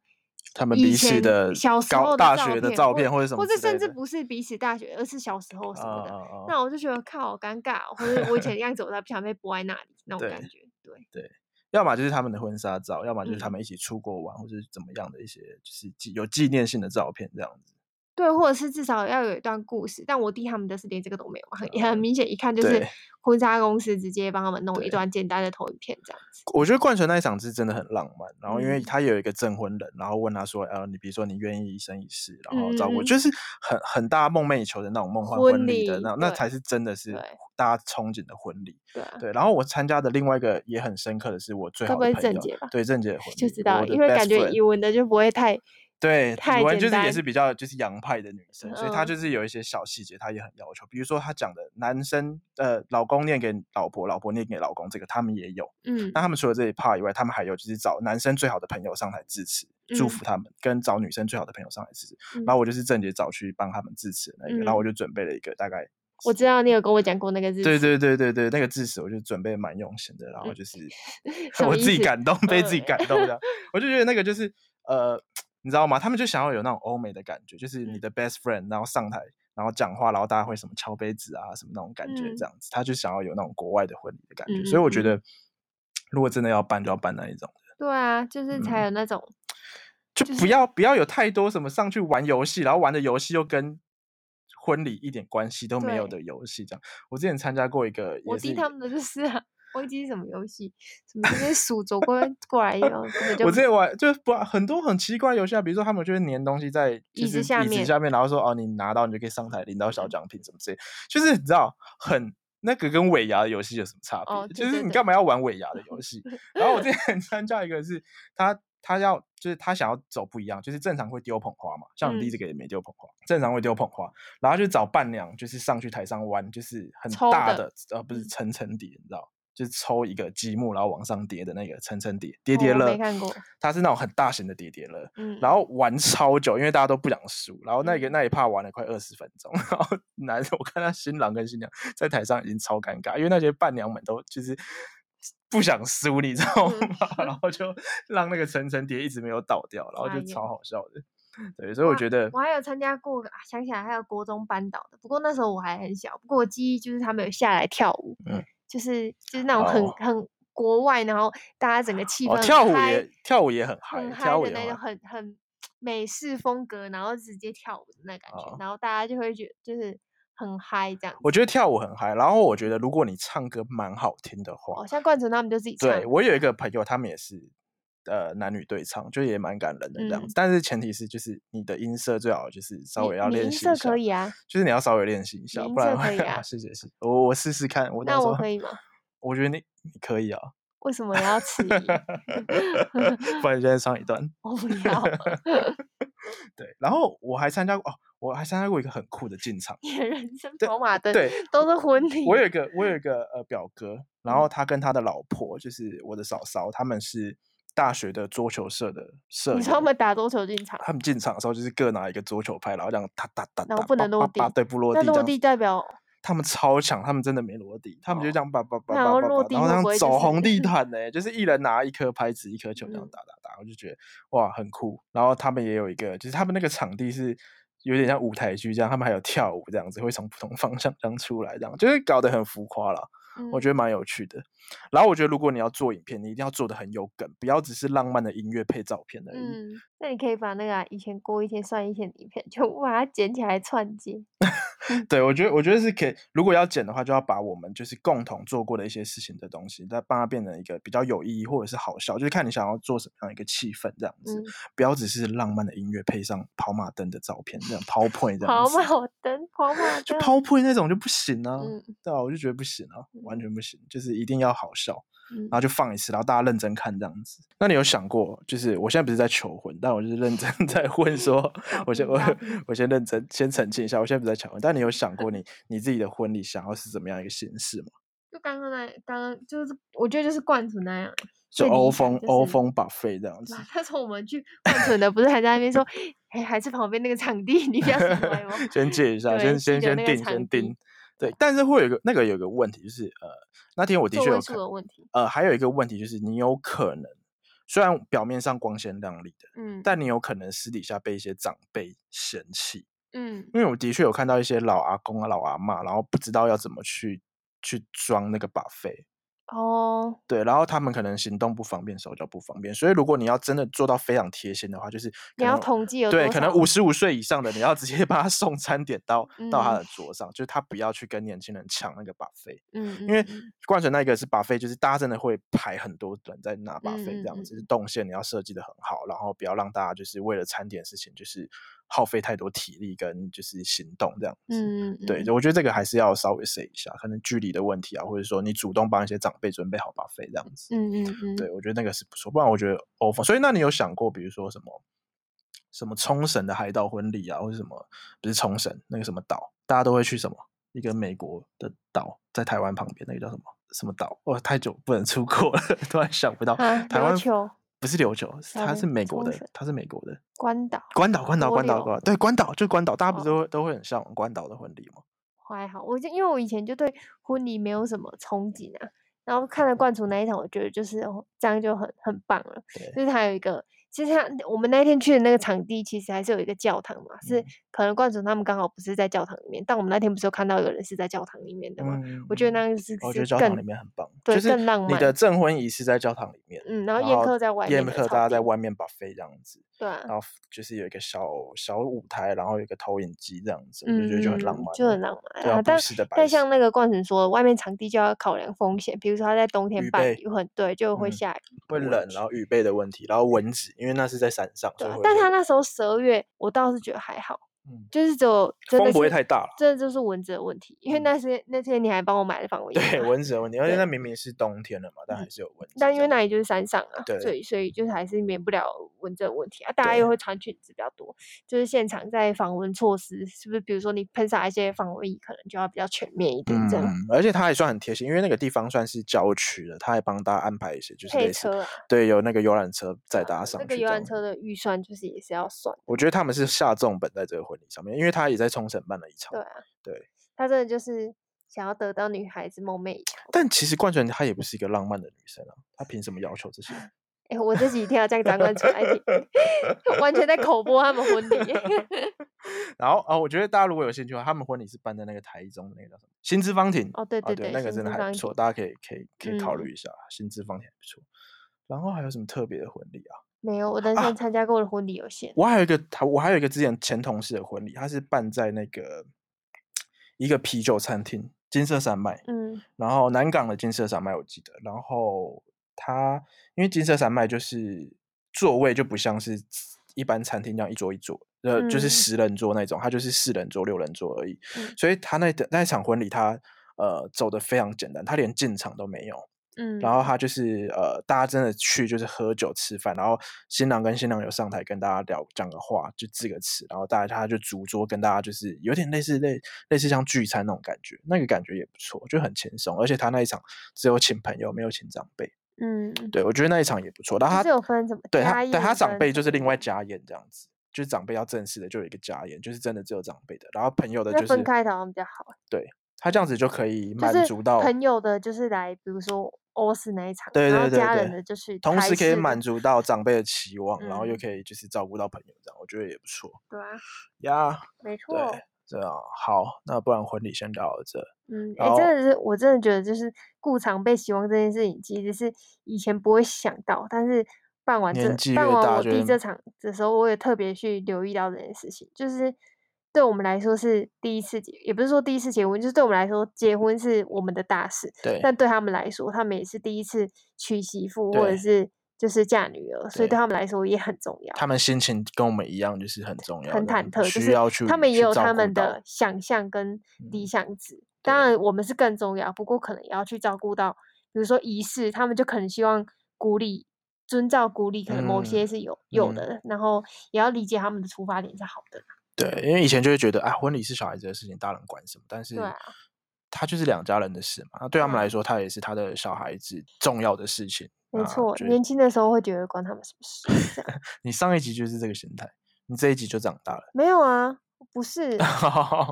[SPEAKER 1] 他们
[SPEAKER 2] 以
[SPEAKER 1] 彼此
[SPEAKER 2] 前
[SPEAKER 1] 的
[SPEAKER 2] 小时
[SPEAKER 1] 高
[SPEAKER 2] 候的
[SPEAKER 1] 大
[SPEAKER 2] 照
[SPEAKER 1] 学的
[SPEAKER 2] 片，
[SPEAKER 1] 照
[SPEAKER 2] 或
[SPEAKER 1] 片或者什
[SPEAKER 2] 或
[SPEAKER 1] 么
[SPEAKER 2] 者
[SPEAKER 1] 之
[SPEAKER 2] 甚
[SPEAKER 1] 类
[SPEAKER 2] 至
[SPEAKER 1] 的，
[SPEAKER 2] 不是彼此大学，而是小时候
[SPEAKER 1] 啊
[SPEAKER 2] 什么的，
[SPEAKER 1] 啊啊！
[SPEAKER 2] 那我就觉得靠好尴尬哦，或者我 以前的样子，我才不想被播在那里那种感
[SPEAKER 1] 对
[SPEAKER 2] 觉，对，
[SPEAKER 1] 对，要么就是他们的婚纱照，要么就是他
[SPEAKER 2] 嗯。
[SPEAKER 1] 们一起出国玩，或者是怎么样的一些就是纪有纪念性的照片这样子。
[SPEAKER 2] 对，或者是至少要有一段故事。但我弟他们的是连这个都没有嘛， 也很
[SPEAKER 1] 呃，
[SPEAKER 2] 明显，一看就是
[SPEAKER 1] 对
[SPEAKER 2] 婚纱公司直接帮他们弄一
[SPEAKER 1] 对，
[SPEAKER 2] 段简单的投影片这样子。
[SPEAKER 1] 我觉得冠纯那一场是真的很浪漫。然后因为
[SPEAKER 2] 嗯
[SPEAKER 1] 他有一个证婚人，然后问他说：“呃，你比如说你愿意一生一世，然后照顾我，
[SPEAKER 2] 嗯嗯嗯，
[SPEAKER 1] 就是很很大家梦寐以求的那种梦幻
[SPEAKER 2] 婚
[SPEAKER 1] 婚礼的，
[SPEAKER 2] 礼，
[SPEAKER 1] 那那
[SPEAKER 2] 对
[SPEAKER 1] 才是真的是
[SPEAKER 2] 对
[SPEAKER 1] 大家憧憬的婚礼。”
[SPEAKER 2] 对啊，
[SPEAKER 1] 对，然后我参加的另外一个也很深刻的是我最
[SPEAKER 2] 该
[SPEAKER 1] 好
[SPEAKER 2] 不
[SPEAKER 1] 的
[SPEAKER 2] 会是
[SPEAKER 1] 朋
[SPEAKER 2] 郑
[SPEAKER 1] 友，
[SPEAKER 2] 杰吧？
[SPEAKER 1] 对郑姐的婚
[SPEAKER 2] 就
[SPEAKER 1] 礼，
[SPEAKER 2] 知道，
[SPEAKER 1] 我的
[SPEAKER 2] 因为
[SPEAKER 1] best
[SPEAKER 2] 感觉
[SPEAKER 1] friend。
[SPEAKER 2] 语文的就不会太
[SPEAKER 1] 对，语
[SPEAKER 2] 太
[SPEAKER 1] 文就
[SPEAKER 2] 简
[SPEAKER 1] 是也是
[SPEAKER 2] 单。
[SPEAKER 1] 比较就是洋派的女生，所以她
[SPEAKER 2] 嗯
[SPEAKER 1] 就是有一些小细节，她也很要求。比如说她讲的男生呃老公念给老婆，老婆念给老公，这个他们也有。
[SPEAKER 2] 嗯
[SPEAKER 1] 那他们除了这一 part 以外，他们还有就是找男生最好的朋友上台致辞，祝
[SPEAKER 2] 嗯
[SPEAKER 1] 福他们，跟找女生最好的朋友上台致辞。
[SPEAKER 2] 嗯
[SPEAKER 1] 然后我就是郑杰找去帮他们致辞的那一个，然后我就准备了一个大概。
[SPEAKER 2] 我知道你有跟我讲过那个日
[SPEAKER 1] 对
[SPEAKER 2] 子，
[SPEAKER 1] 对对对对，那个致辞我就准备蛮用心的，然
[SPEAKER 2] 嗯
[SPEAKER 1] 后就是
[SPEAKER 2] 什么
[SPEAKER 1] 我
[SPEAKER 2] 意
[SPEAKER 1] 自己
[SPEAKER 2] 思
[SPEAKER 1] 感动，被自己
[SPEAKER 2] 嗯
[SPEAKER 1] 感动的，我就觉得那个就是呃，你知道吗？他们就想要有那种欧美的感觉，就是你
[SPEAKER 2] 嗯
[SPEAKER 1] 的 best friend，然后上台，然后讲话，然后大家会什么敲杯子啊，什么那种感觉，
[SPEAKER 2] 嗯
[SPEAKER 1] 这样子，他就想要有那种国外的婚礼的感觉，所以我觉
[SPEAKER 2] 嗯嗯
[SPEAKER 1] 得如果真的要办，就要办那一种。
[SPEAKER 2] 对啊，就是
[SPEAKER 1] 嗯
[SPEAKER 2] 才有那种，
[SPEAKER 1] 就不要不要有太多什么上去玩游戏，然后玩的游戏又跟婚礼一点关系都没有
[SPEAKER 2] 对
[SPEAKER 1] 的游戏这样。我之前参加过一个，
[SPEAKER 2] 我
[SPEAKER 1] 也是
[SPEAKER 2] 弟
[SPEAKER 1] 一
[SPEAKER 2] 他
[SPEAKER 1] 个
[SPEAKER 2] 们的就是 啊，忘记是什么游戏，什么这边数走过来过来一样，根 本就
[SPEAKER 1] 我之前玩就不很多很奇怪的游戏啊，比如说他们就会粘东西在就
[SPEAKER 2] 椅
[SPEAKER 1] 是
[SPEAKER 2] 子下
[SPEAKER 1] 椅子
[SPEAKER 2] 面
[SPEAKER 1] 下面，然后说哦你拿到你就可以上台领到小奖品什么之类，就是你知道很。那个跟尾牙的游戏有什么差别？
[SPEAKER 2] 哦对
[SPEAKER 1] 就
[SPEAKER 2] 对
[SPEAKER 1] 是你
[SPEAKER 2] 对
[SPEAKER 1] 干嘛要玩尾牙的游戏？ 然后我之 前参加一个是他他要就是他想要走不一样，就是正常会丢捧花嘛，像你弟
[SPEAKER 2] 嗯
[SPEAKER 1] 这个也没丢捧花，正常会丢捧花，然后就找伴娘就是上去台上弯，就是很
[SPEAKER 2] 抽
[SPEAKER 1] 大
[SPEAKER 2] 的
[SPEAKER 1] 的呃不是
[SPEAKER 2] 嗯
[SPEAKER 1] 层层叠，你知道，就是抽一个积木然后往上叠的那个层层叠叠叠
[SPEAKER 2] 哦我
[SPEAKER 1] 乐，
[SPEAKER 2] 没看过
[SPEAKER 1] 它是那种很大型的叠叠乐。
[SPEAKER 2] 嗯，
[SPEAKER 1] 然后玩超久，因为大家都不想输，然后那个
[SPEAKER 2] 嗯
[SPEAKER 1] 那一趴玩了快二十分钟，然后男我看他新郎跟新娘在台上已经超尴尬，因为那些伴娘们都就是不想输，你知道
[SPEAKER 2] 嗯
[SPEAKER 1] 吗？ 然后就让那个层层叠一直没有倒掉，然后
[SPEAKER 2] 傻
[SPEAKER 1] 就
[SPEAKER 2] 眼
[SPEAKER 1] 超好笑的。对，所以我
[SPEAKER 2] 哇
[SPEAKER 1] 觉得
[SPEAKER 2] 我还有参加过个，啊想起来还有国中班导的，不过那时候我还很小，不过我记忆就是他们有下来跳舞，
[SPEAKER 1] 嗯
[SPEAKER 2] 就是就是那种很、
[SPEAKER 1] 哦
[SPEAKER 2] 很国外，然后大家整个气氛
[SPEAKER 1] 哦，
[SPEAKER 2] 很
[SPEAKER 1] 跳舞
[SPEAKER 2] 嗨
[SPEAKER 1] 也跳舞也很嗨
[SPEAKER 2] 很，嗨
[SPEAKER 1] 跳舞
[SPEAKER 2] 的
[SPEAKER 1] 也
[SPEAKER 2] 那种
[SPEAKER 1] 很嗨
[SPEAKER 2] 很很美式风格，然后直接跳舞的那感觉，
[SPEAKER 1] 哦
[SPEAKER 2] 然后大家就会觉就是很嗨这样
[SPEAKER 1] 我
[SPEAKER 2] 子。
[SPEAKER 1] 觉得跳舞很嗨。然后我觉得如果你唱歌蛮好听的话，
[SPEAKER 2] 哦，像冠纯他们就自己唱，
[SPEAKER 1] 对我有一个朋友，他们也是呃男女对唱，就也蛮感人的这样
[SPEAKER 2] 嗯
[SPEAKER 1] 子。但是前提是，就是你的音色最好就是稍
[SPEAKER 2] 你
[SPEAKER 1] 微要
[SPEAKER 2] 你
[SPEAKER 1] 练
[SPEAKER 2] 音
[SPEAKER 1] 习一
[SPEAKER 2] 色
[SPEAKER 1] 下，
[SPEAKER 2] 可以啊，
[SPEAKER 1] 就是你要稍微练习一下，
[SPEAKER 2] 你音
[SPEAKER 1] 不然
[SPEAKER 2] 色
[SPEAKER 1] 的话
[SPEAKER 2] 可以啊
[SPEAKER 1] 谢谢谢谢，我我试试看，我到
[SPEAKER 2] 那
[SPEAKER 1] 时
[SPEAKER 2] 我
[SPEAKER 1] 候
[SPEAKER 2] 可以吗？
[SPEAKER 1] 我觉得你你可以啊，
[SPEAKER 2] 为什么要迟疑？
[SPEAKER 1] 不然你现在唱一段。
[SPEAKER 2] 我不要，
[SPEAKER 1] 对，然后我还参加过哦，我还参加过一个很酷的进 场，
[SPEAKER 2] 你的人生
[SPEAKER 1] 对
[SPEAKER 2] 跑马灯
[SPEAKER 1] 对，
[SPEAKER 2] 都是婚礼。
[SPEAKER 1] 我有一个我有一个呃表哥，然后
[SPEAKER 2] 嗯
[SPEAKER 1] 他跟他的老婆，就是我的嫂嫂，他们是大学的桌球社的社
[SPEAKER 2] 你说他
[SPEAKER 1] 员。
[SPEAKER 2] 们打多球进场，
[SPEAKER 1] 他们进场的时候就是各拿一个桌球拍，然后这样哒哒哒哒，
[SPEAKER 2] 然后不
[SPEAKER 1] 叭
[SPEAKER 2] 能落
[SPEAKER 1] 叭叭
[SPEAKER 2] 地
[SPEAKER 1] 对，不落
[SPEAKER 2] 那
[SPEAKER 1] 地这
[SPEAKER 2] 落
[SPEAKER 1] 样
[SPEAKER 2] 地
[SPEAKER 1] 子
[SPEAKER 2] 代表哦
[SPEAKER 1] 他们超强，他们真的没落地，他们就这样叭叭叭
[SPEAKER 2] 然
[SPEAKER 1] 叭
[SPEAKER 2] 后
[SPEAKER 1] 叭
[SPEAKER 2] 落
[SPEAKER 1] 叭，
[SPEAKER 2] 地
[SPEAKER 1] 然后
[SPEAKER 2] 会
[SPEAKER 1] 这样
[SPEAKER 2] 不会就
[SPEAKER 1] 走
[SPEAKER 2] 是
[SPEAKER 1] 红 地毯呢、就是一人拿一颗拍子、一颗球这样
[SPEAKER 2] 嗯
[SPEAKER 1] 打打打，我就觉得哇很酷。然后他们也有一个，就是他们那个场地是有点像舞台剧这样，他们还有跳舞这样子，会从不同方向这样出来，这样就是搞得很浮夸啦。我觉
[SPEAKER 2] 得
[SPEAKER 1] 得蛮有趣的。然后我觉得如果你要做影片，你一定要做的很有梗，不要只是浪漫的音乐配照片而已。
[SPEAKER 2] 嗯，那你可以把那个啊、以前过一天算一天的影片，就把它捡起来串接。
[SPEAKER 1] 对，我觉得我觉得是可以。如果要剪的话，就要把我们就是共同做过的一些事情的东西，再帮它变成一个比较有意义或者是好笑，就是看你想要做什么样一个气氛这样子，
[SPEAKER 2] 嗯，
[SPEAKER 1] 不要只是浪漫的音乐配上跑马灯的照片，这样 PowerPoint 这样
[SPEAKER 2] 跑
[SPEAKER 1] 子，
[SPEAKER 2] 马灯，跑马
[SPEAKER 1] 就
[SPEAKER 2] 灯。
[SPEAKER 1] PowerPoint 那种就不行啊。
[SPEAKER 2] 嗯
[SPEAKER 1] 对啊，我就觉得不行啊，完全不行，就是一定要好笑，
[SPEAKER 2] 嗯
[SPEAKER 1] 然后就放一次，然后大家认真看这样子。那你有想过，就是我现在不是在求婚，但我就是认真 在问说，
[SPEAKER 2] 搞
[SPEAKER 1] 我先
[SPEAKER 2] 屁
[SPEAKER 1] 我
[SPEAKER 2] 搞屁
[SPEAKER 1] 我先认真先澄清一下，我现在不是在求婚，但你有想过你你自己的婚礼想要是怎么样一个形式吗？
[SPEAKER 2] 就刚刚那，刚刚就是，我觉得就是冠纯那样，
[SPEAKER 1] 就
[SPEAKER 2] 最
[SPEAKER 1] 欧
[SPEAKER 2] 理想
[SPEAKER 1] 风
[SPEAKER 2] 就
[SPEAKER 1] 欧
[SPEAKER 2] 是
[SPEAKER 1] 风 buffet 这样子
[SPEAKER 2] 哇。 那时候我们去冠纯的，不是还在那边说，哎，还是旁边那个场地，你不要什么
[SPEAKER 1] 先借一下，
[SPEAKER 2] 对
[SPEAKER 1] 先
[SPEAKER 2] 记
[SPEAKER 1] 先
[SPEAKER 2] 得
[SPEAKER 1] 先
[SPEAKER 2] 那个
[SPEAKER 1] 定先
[SPEAKER 2] 场
[SPEAKER 1] 定
[SPEAKER 2] 地。
[SPEAKER 1] 对，但是会有一个那个有一个问题，就是呃，那天我的
[SPEAKER 2] 座
[SPEAKER 1] 确有
[SPEAKER 2] 位数
[SPEAKER 1] 看，
[SPEAKER 2] 的问题。
[SPEAKER 1] 呃，还有一个问题就是你有可能虽然表面上光鲜亮丽的，
[SPEAKER 2] 嗯
[SPEAKER 1] 但你有可能私底下被一些长辈嫌弃，
[SPEAKER 2] 嗯
[SPEAKER 1] 因为我的确有看到一些老阿公啊、老阿嬷，然后不知道要怎么去去装那个把费。
[SPEAKER 2] 哦，
[SPEAKER 1] 对，然后他们可能行动不方便，手脚不方便，所以如果你要真的做到非常贴心的话，就是可
[SPEAKER 2] 你要
[SPEAKER 1] 能
[SPEAKER 2] 统计有
[SPEAKER 1] 对，
[SPEAKER 2] 多
[SPEAKER 1] 可能
[SPEAKER 2] 少
[SPEAKER 1] 五十五岁以上的，你要直接 帮他送餐点到到他
[SPEAKER 2] 嗯
[SPEAKER 1] 的桌上，就是他不要去跟年轻人抢那个把费，
[SPEAKER 2] 嗯嗯，
[SPEAKER 1] 因为
[SPEAKER 2] 嗯
[SPEAKER 1] 冠城那一个是把费，就是大家真的会排很多人在拿把费
[SPEAKER 2] 嗯
[SPEAKER 1] 这
[SPEAKER 2] 嗯
[SPEAKER 1] 样
[SPEAKER 2] 嗯
[SPEAKER 1] 子，就是动线你要设计的很好，然后不要让大家就是为了餐点事情就是耗费太多体力跟就是行动这样子。
[SPEAKER 2] 嗯嗯
[SPEAKER 1] 对，
[SPEAKER 2] 嗯
[SPEAKER 1] 就我觉得这个还是要稍微 say 一下，可能距离的问题啊，或者说你主动帮一些长辈准备好把费这样子。
[SPEAKER 2] 嗯嗯嗯，
[SPEAKER 1] 对，我觉得那个是不错，不然我觉得欧风。所以那你有想过，比如说什么什么冲绳的海岛婚礼啊，或者什么不是冲绳那个什么岛，大家都会去什么？一个美国的岛，在台湾旁边那个叫什么什么岛？哇，太久不能出国了， 突然想不到。
[SPEAKER 2] 啊
[SPEAKER 1] 台
[SPEAKER 2] 琉
[SPEAKER 1] 湾
[SPEAKER 2] 球
[SPEAKER 1] 不是琉球，是
[SPEAKER 2] 台
[SPEAKER 1] 它是
[SPEAKER 2] 湾
[SPEAKER 1] 美国
[SPEAKER 2] 冲
[SPEAKER 1] 的
[SPEAKER 2] 绳，
[SPEAKER 1] 它是美国的。
[SPEAKER 2] 关岛
[SPEAKER 1] 关岛，关岛，
[SPEAKER 2] 多
[SPEAKER 1] 关岛，
[SPEAKER 2] 柳
[SPEAKER 1] 关岛对，关岛就是关岛，大家不
[SPEAKER 2] 哦
[SPEAKER 1] 是都会都会很向往关岛的婚礼吗？
[SPEAKER 2] 还好，我就因为我以前就对婚礼没有什么憧憬啊，然后看了冠楚那一场，我觉得就是哦这样就很很棒了。
[SPEAKER 1] 对，
[SPEAKER 2] 就是还有一个，其实他我们那一天去的那个场地，其实还是有一个教堂嘛，是
[SPEAKER 1] 嗯
[SPEAKER 2] 可能冠楚他们刚好不是在教堂里面，但我们那天不是有看到有人是在教堂里面的嘛？
[SPEAKER 1] 嗯
[SPEAKER 2] 我觉得
[SPEAKER 1] 嗯
[SPEAKER 2] 那个是
[SPEAKER 1] 我觉
[SPEAKER 2] 是
[SPEAKER 1] 得教
[SPEAKER 2] 更
[SPEAKER 1] 堂里面很棒，
[SPEAKER 2] 对
[SPEAKER 1] 就是
[SPEAKER 2] 更浪
[SPEAKER 1] 你
[SPEAKER 2] 漫
[SPEAKER 1] 的证婚仪式在教堂里面，
[SPEAKER 2] 嗯，然后
[SPEAKER 1] 然
[SPEAKER 2] 宴
[SPEAKER 1] 后
[SPEAKER 2] 客在外
[SPEAKER 1] 宴
[SPEAKER 2] 面的
[SPEAKER 1] 客
[SPEAKER 2] 草
[SPEAKER 1] 大家在
[SPEAKER 2] 地
[SPEAKER 1] 外面 buffet 这样子，
[SPEAKER 2] 对啊，
[SPEAKER 1] 然后就是有一个小小舞台，然后有一个投影机这样子，我就觉得就很浪
[SPEAKER 2] 嗯，
[SPEAKER 1] 漫了，
[SPEAKER 2] 就很浪漫
[SPEAKER 1] 对啊，
[SPEAKER 2] 但
[SPEAKER 1] 布施的白
[SPEAKER 2] 但像
[SPEAKER 1] 石
[SPEAKER 2] 那个冠晨说的，外面场地就要考量风险，比如说它在冬天
[SPEAKER 1] 预
[SPEAKER 2] 办
[SPEAKER 1] 备
[SPEAKER 2] 有很对，就会
[SPEAKER 1] 嗯
[SPEAKER 2] 下雨的
[SPEAKER 1] 会
[SPEAKER 2] 问
[SPEAKER 1] 冷，
[SPEAKER 2] 题
[SPEAKER 1] 然后预备的问题，然后蚊子，因为那是在山上，所
[SPEAKER 2] 对
[SPEAKER 1] 以
[SPEAKER 2] 啊
[SPEAKER 1] 会，
[SPEAKER 2] 但
[SPEAKER 1] 有
[SPEAKER 2] 他
[SPEAKER 1] 蚊
[SPEAKER 2] 那时候十二月，我倒是觉得还好，
[SPEAKER 1] 嗯，
[SPEAKER 2] 就是只有真的
[SPEAKER 1] 风不会
[SPEAKER 2] 是
[SPEAKER 1] 太大了，
[SPEAKER 2] 真的就是蚊子的问题，因为
[SPEAKER 1] 嗯
[SPEAKER 2] 那些那天你还帮我买了防蚊液
[SPEAKER 1] 对，
[SPEAKER 2] 嘛，
[SPEAKER 1] 蚊子的 问题，而且
[SPEAKER 2] 对
[SPEAKER 1] 那明明是冬天了嘛，但还
[SPEAKER 2] 嗯
[SPEAKER 1] 是有蚊子这样，
[SPEAKER 2] 但因为那里就是山上啊，
[SPEAKER 1] 对
[SPEAKER 2] 所以所以就是还是免不了蚊子的问题啊，大家
[SPEAKER 1] 对
[SPEAKER 2] 又会穿裙子比较多，就是现场在防蚊措施是不是？比如说你喷洒一些防蚊液，可能就要比较全面一点这样。
[SPEAKER 1] 嗯，而且他也算很贴心，因为那个地方算是郊区了，他还帮大家安排一些，就是
[SPEAKER 2] 配
[SPEAKER 1] 类似
[SPEAKER 2] 车啊，嗯
[SPEAKER 1] 对，有那个游览车载大家
[SPEAKER 2] 那
[SPEAKER 1] 上
[SPEAKER 2] 个
[SPEAKER 1] 去
[SPEAKER 2] 游
[SPEAKER 1] 这
[SPEAKER 2] 览
[SPEAKER 1] 样。
[SPEAKER 2] 车的预算就是也是要算的，
[SPEAKER 1] 我觉得他们是下重本在这个婚礼上面，因为他也在冲绳办了一场
[SPEAKER 2] 对。啊，
[SPEAKER 1] 对，
[SPEAKER 2] 他真的就是想要得到女孩子梦寐以求。
[SPEAKER 1] 但其实冠纯她也不是一个浪漫的女生啊，她凭什么要求这些？
[SPEAKER 2] 哎、我这几天要这样张冠楚来听， 完全在口播他们婚礼 耶。
[SPEAKER 1] 然后啊、我觉得大家如果有兴趣的话，他们婚礼是办在那个台中的那个叫什么新之芳庭
[SPEAKER 2] 哦，对
[SPEAKER 1] 啊，
[SPEAKER 2] 对
[SPEAKER 1] 对，
[SPEAKER 2] 对，
[SPEAKER 1] 那个
[SPEAKER 2] 薪
[SPEAKER 1] 真的还
[SPEAKER 2] 资
[SPEAKER 1] 不
[SPEAKER 2] 方
[SPEAKER 1] 错，
[SPEAKER 2] 庭，
[SPEAKER 1] 大家可以可以可以考虑
[SPEAKER 2] 嗯
[SPEAKER 1] 一下，新之芳庭还不错。然后还有什么特别的婚礼啊？
[SPEAKER 2] 没有，我人
[SPEAKER 1] 啊
[SPEAKER 2] 生参加过的婚礼有限。
[SPEAKER 1] 我还有一个他，我还有一个之前前同事的婚礼，他是办在那个一个啤酒餐厅，金色山脉，
[SPEAKER 2] 嗯，
[SPEAKER 1] 然后南港的金色山脉我记得，然后他因为金色山脉就是座位就不像是一般餐厅这样一桌一桌，呃，就是
[SPEAKER 2] 嗯
[SPEAKER 1] 十人桌那种，他就是四人桌六人桌而已，
[SPEAKER 2] 嗯
[SPEAKER 1] 所以他那那一场婚礼他呃走的非常简单，他连进场都没有，
[SPEAKER 2] 嗯，
[SPEAKER 1] 然后他就是呃，大家真的去就是喝酒吃饭，然后新郎跟新娘有上台跟大家聊讲个话，就致个词，然后大家他就主桌跟大家就是有点类似类类似像聚餐那种感觉，那个感觉也不错，就很轻松。而且他那一场只有请朋友，没有请长辈，
[SPEAKER 2] 嗯，
[SPEAKER 1] 对我觉得那一场也不错。然后他
[SPEAKER 2] 就是有分什么
[SPEAKER 1] 对
[SPEAKER 2] 家
[SPEAKER 1] 他对他
[SPEAKER 2] 宴
[SPEAKER 1] 长
[SPEAKER 2] 跟
[SPEAKER 1] 辈
[SPEAKER 2] 什
[SPEAKER 1] 就是
[SPEAKER 2] 么
[SPEAKER 1] 另
[SPEAKER 2] 的
[SPEAKER 1] 外家宴这样子，就是长辈要正式的就有一个家宴，就是真的只有长辈的，然后朋友的
[SPEAKER 2] 那
[SPEAKER 1] 就
[SPEAKER 2] 分
[SPEAKER 1] 是
[SPEAKER 2] 开的好像比较好，
[SPEAKER 1] 他这样子就可以
[SPEAKER 2] 就
[SPEAKER 1] 满
[SPEAKER 2] 是
[SPEAKER 1] 足到
[SPEAKER 2] 朋友的，就是来比如说欧式那一场，
[SPEAKER 1] 对
[SPEAKER 2] 然后
[SPEAKER 1] 对对
[SPEAKER 2] 家人
[SPEAKER 1] 对，
[SPEAKER 2] 的就去
[SPEAKER 1] 同
[SPEAKER 2] 台
[SPEAKER 1] 时可以
[SPEAKER 2] 式
[SPEAKER 1] 满
[SPEAKER 2] 的，
[SPEAKER 1] 足到长辈的期望，然后又
[SPEAKER 2] 嗯，
[SPEAKER 1] 可以就是照顾到朋友，这样我觉得也不错
[SPEAKER 2] 对啊，
[SPEAKER 1] 呀。
[SPEAKER 2] 没
[SPEAKER 1] 对
[SPEAKER 2] 错。，
[SPEAKER 1] 这样好，那不然婚礼先聊到这。
[SPEAKER 2] 嗯，哎、
[SPEAKER 1] 然后
[SPEAKER 2] 真的是，我真的觉得就是顾常被希望这件事情，其实是以前不会想到，但是办完
[SPEAKER 1] 年
[SPEAKER 2] 这
[SPEAKER 1] 纪
[SPEAKER 2] 办
[SPEAKER 1] 越
[SPEAKER 2] 完
[SPEAKER 1] 大，
[SPEAKER 2] 我
[SPEAKER 1] 就嗯
[SPEAKER 2] 弟
[SPEAKER 1] 是
[SPEAKER 2] 这场的时候，我也特别去留意到这件事情，就是对我们来说是第一次结，也不是说第一次结婚，就是对我们来说结婚是我们的大事，
[SPEAKER 1] 对
[SPEAKER 2] 但对他们来说，他们也是第一次娶媳妇或者
[SPEAKER 1] 对
[SPEAKER 2] 是就是嫁女儿，所以对
[SPEAKER 1] 对，
[SPEAKER 2] 他们来说也很重要。
[SPEAKER 1] 他们心情跟我们一样，就是很重要，
[SPEAKER 2] 很
[SPEAKER 1] 这
[SPEAKER 2] 忐
[SPEAKER 1] 样
[SPEAKER 2] 忑，就
[SPEAKER 1] 需
[SPEAKER 2] 是
[SPEAKER 1] 要
[SPEAKER 2] 他
[SPEAKER 1] 去
[SPEAKER 2] 们也
[SPEAKER 1] 去
[SPEAKER 2] 有
[SPEAKER 1] 照
[SPEAKER 2] 他
[SPEAKER 1] 顾
[SPEAKER 2] 们的
[SPEAKER 1] 到。
[SPEAKER 2] 想象跟理
[SPEAKER 1] 嗯，
[SPEAKER 2] 想值。当
[SPEAKER 1] 对
[SPEAKER 2] 然，我们是更重要，不过可能也要去照顾到，比如说仪式，他们就可能希望鼓励，遵照鼓励，可能某
[SPEAKER 1] 嗯
[SPEAKER 2] 些是有有
[SPEAKER 1] 嗯，
[SPEAKER 2] 的，然后也要理解他们的出发点是好的。
[SPEAKER 1] 对，因为以前就会觉得啊，婚礼是小孩子的事情，大人管什么？但
[SPEAKER 2] 对
[SPEAKER 1] 是
[SPEAKER 2] 啊，
[SPEAKER 1] 他就是两家人的事嘛，那对他
[SPEAKER 2] 对
[SPEAKER 1] 们来
[SPEAKER 2] 啊，
[SPEAKER 1] 说，他也是他的小孩子重要的事情。
[SPEAKER 2] 没
[SPEAKER 1] 那
[SPEAKER 2] 错。
[SPEAKER 1] 啊就
[SPEAKER 2] 年轻的时候会觉得关他们什么事？这样
[SPEAKER 1] 你上一集就是这个心态，你这一集就长大了。
[SPEAKER 2] 没有啊，不是，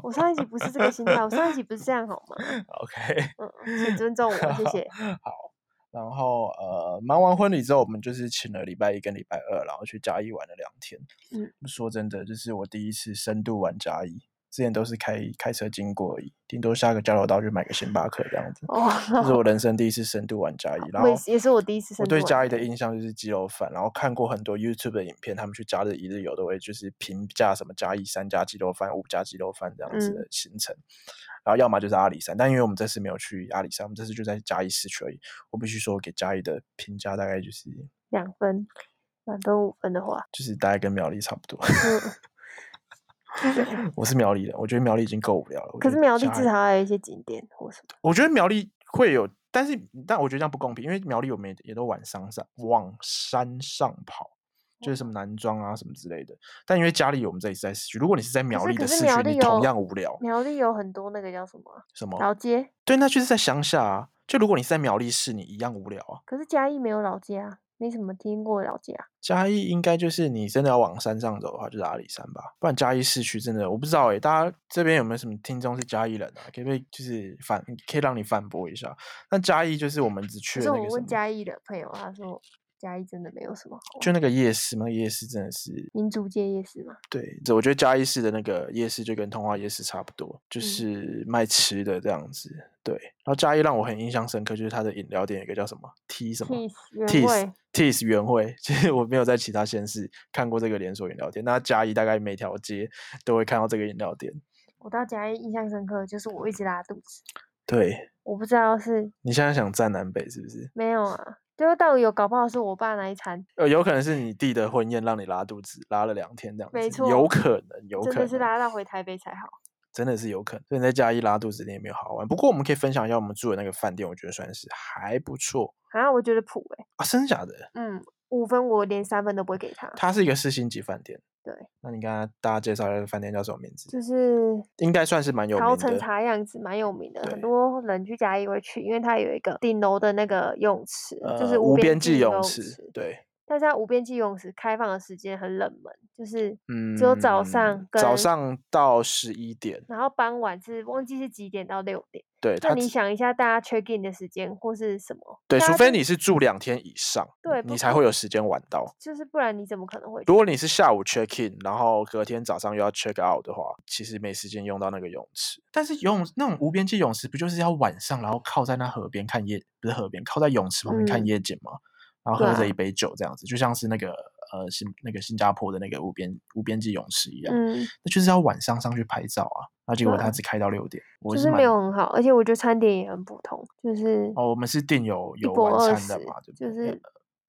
[SPEAKER 2] 我上一集不是这个心态，我上一集不是这样好吗？
[SPEAKER 1] OK，
[SPEAKER 2] 嗯，请尊重我，谢谢。
[SPEAKER 1] 好。然后呃，忙完婚礼之后，我们就是请了礼拜一跟礼拜二，然后去嘉义玩了两天。
[SPEAKER 2] 嗯，
[SPEAKER 1] 说真的，这是我第一次深度玩嘉义，之前都是开开车经过而已，顶多下个交流道去买个星巴克这样子。
[SPEAKER 2] 哦，
[SPEAKER 1] 这 是我人生第一次深度玩嘉义，然
[SPEAKER 2] 我也
[SPEAKER 1] 后
[SPEAKER 2] 是也是我第一次
[SPEAKER 1] 我
[SPEAKER 2] 深
[SPEAKER 1] 对
[SPEAKER 2] 度玩
[SPEAKER 1] 嘉义
[SPEAKER 2] 家
[SPEAKER 1] 的
[SPEAKER 2] 里。
[SPEAKER 1] 印象就是鸡肉饭，然后看过很多 YouTube 的影片，他们去嘉义一日游都会就是评价什么嘉义三家鸡肉饭、五家鸡肉饭这样子
[SPEAKER 2] 嗯
[SPEAKER 1] 的行程，然后要么就是阿里山，但因为我们这次没有去阿里山，我们这次就在嘉义市区而已。我必须说，我给嘉义的评价大概就是
[SPEAKER 2] 两分，满分五分的话，
[SPEAKER 1] 就是大概跟苗栗差不多。
[SPEAKER 2] 嗯，对。
[SPEAKER 1] 我是苗栗人，我觉得苗栗已经够无聊了，我
[SPEAKER 2] 可
[SPEAKER 1] 觉
[SPEAKER 2] 是
[SPEAKER 1] 得
[SPEAKER 2] 苗栗
[SPEAKER 1] 嘉
[SPEAKER 2] 至
[SPEAKER 1] 义
[SPEAKER 2] 少还有一些景点或什么，
[SPEAKER 1] 我觉得苗栗会有，但是但我觉得这样不公平，因为苗栗我们也也都往山上往山上跑，就是
[SPEAKER 2] 嗯
[SPEAKER 1] 什么男装啊什么之类的。但因为家里有我们这里是在市区，如果你是在苗
[SPEAKER 2] 是
[SPEAKER 1] 栗
[SPEAKER 2] 可
[SPEAKER 1] 的
[SPEAKER 2] 是
[SPEAKER 1] 市
[SPEAKER 2] 苗
[SPEAKER 1] 区，你
[SPEAKER 2] 栗
[SPEAKER 1] 同
[SPEAKER 2] 有
[SPEAKER 1] 样无聊。
[SPEAKER 2] 苗栗有很多那个叫什么啊
[SPEAKER 1] 什么？
[SPEAKER 2] 老街，
[SPEAKER 1] 对，那就是在乡下啊。就如果你是在苗栗市，你一样无聊啊。
[SPEAKER 2] 可是嘉义没有老街啊，没什么听过老街啊。
[SPEAKER 1] 嘉义应该就是你真的要往山上走的话，就是阿里山吧。不然嘉义市区真的我不知道诶、欸大家这边有没有什么听众是嘉义人啊？可不可以就是反可以让你反驳一下？那嘉义就是我们只去
[SPEAKER 2] 可是
[SPEAKER 1] 了
[SPEAKER 2] 我
[SPEAKER 1] 那个什
[SPEAKER 2] 问
[SPEAKER 1] 么，
[SPEAKER 2] 嘉义的朋友，他说嘉义真的没有什么好玩。
[SPEAKER 1] 就那个夜市嘛，那个夜市真的是
[SPEAKER 2] 民族街夜市嘛，
[SPEAKER 1] 对，这我觉得嘉义市的那个夜市就跟通化夜市差不多，就
[SPEAKER 2] 嗯
[SPEAKER 1] 是卖吃的这样子。对，然后嘉义让我很印象深刻，就是它的饮料店有一个叫什么 T 什么
[SPEAKER 2] Kiss 原
[SPEAKER 1] Teas
[SPEAKER 2] 味，
[SPEAKER 1] Teas 原味， 其实我没有在其他县市看过这个连锁饮料店。那嘉义大概每条街都会看到这个饮料店。
[SPEAKER 2] 我到嘉义印象深刻，就是我一直拉肚子，
[SPEAKER 1] 对
[SPEAKER 2] 我不知道是
[SPEAKER 1] 你现在想站南北是不是？
[SPEAKER 2] 没有啊，就是到底有搞不好是我爸那一餐，
[SPEAKER 1] 呃，有可能是你弟的婚宴让你拉肚子，拉了两天这样子，
[SPEAKER 2] 没
[SPEAKER 1] 有
[SPEAKER 2] 错
[SPEAKER 1] 可能，有可
[SPEAKER 2] 真
[SPEAKER 1] 能
[SPEAKER 2] 的是拉到回台北才好。
[SPEAKER 1] 真的是有可能。所以在嘉义拉肚子你也没有好玩。不过我们可以分享一下我们住的那个饭店，我觉得算是还不错
[SPEAKER 2] 啊，我觉得普诶、
[SPEAKER 1] 啊，真的假的？
[SPEAKER 2] 嗯，五分我连三分都不会给他，
[SPEAKER 1] 它是一个四星级饭店。
[SPEAKER 2] 对，
[SPEAKER 1] 那你刚刚大家介绍一下这个饭店叫什么名字？
[SPEAKER 2] 就是
[SPEAKER 1] 应该算是蛮有
[SPEAKER 2] 桃
[SPEAKER 1] 名
[SPEAKER 2] 城
[SPEAKER 1] 的。
[SPEAKER 2] 茶样子蛮有名的，
[SPEAKER 1] 对
[SPEAKER 2] 很多人去嘉义会去，因为它有一个顶楼的那个泳池，就是
[SPEAKER 1] 呃，无
[SPEAKER 2] 边
[SPEAKER 1] 边际
[SPEAKER 2] 泳
[SPEAKER 1] 泳池，对，
[SPEAKER 2] 但是它无边际泳池开放的时间很冷门，就是
[SPEAKER 1] 嗯，
[SPEAKER 2] 只有早上跟
[SPEAKER 1] 早，上到十一点，
[SPEAKER 2] 然后傍晚是忘记是几点到六点。
[SPEAKER 1] 对，
[SPEAKER 2] 那
[SPEAKER 1] 它
[SPEAKER 2] 你
[SPEAKER 1] 只
[SPEAKER 2] 想一下，大家 check in 的时间或是什么？
[SPEAKER 1] 对，
[SPEAKER 2] 大
[SPEAKER 1] 除
[SPEAKER 2] 家
[SPEAKER 1] 非
[SPEAKER 2] 都
[SPEAKER 1] 你是住两天以上，
[SPEAKER 2] 对
[SPEAKER 1] 你
[SPEAKER 2] 不
[SPEAKER 1] 才会有时间玩到。
[SPEAKER 2] 就是不然你怎么可能会
[SPEAKER 1] 如
[SPEAKER 2] 去？
[SPEAKER 1] 果你是下午 check in，然后隔天早上又要 check out 的话，其实没时间用到那个泳池。但是游泳那种无边际泳池，不就是要晚上，然后靠在那河边看夜，不是河边，靠在泳池旁边看
[SPEAKER 2] 嗯
[SPEAKER 1] 夜景吗？然后
[SPEAKER 2] 对
[SPEAKER 1] 喝着
[SPEAKER 2] 啊
[SPEAKER 1] 一杯酒这样子，就像是那个呃新那个新加坡的那个无边无边际泳池一样，
[SPEAKER 2] 嗯，
[SPEAKER 1] 那就是要晚上上去拍照啊。然后结
[SPEAKER 2] 对
[SPEAKER 1] 果它
[SPEAKER 2] 啊
[SPEAKER 1] 只开到六点，我
[SPEAKER 2] 就是是没
[SPEAKER 1] 蛮
[SPEAKER 2] 有很好，而且我觉得餐点也很普通，就是
[SPEAKER 1] 哦，我们是订有
[SPEAKER 2] 一
[SPEAKER 1] 有
[SPEAKER 2] 波
[SPEAKER 1] 晚
[SPEAKER 2] 二
[SPEAKER 1] 餐
[SPEAKER 2] 十
[SPEAKER 1] 的嘛，对，不
[SPEAKER 2] 就
[SPEAKER 1] 对？
[SPEAKER 2] 是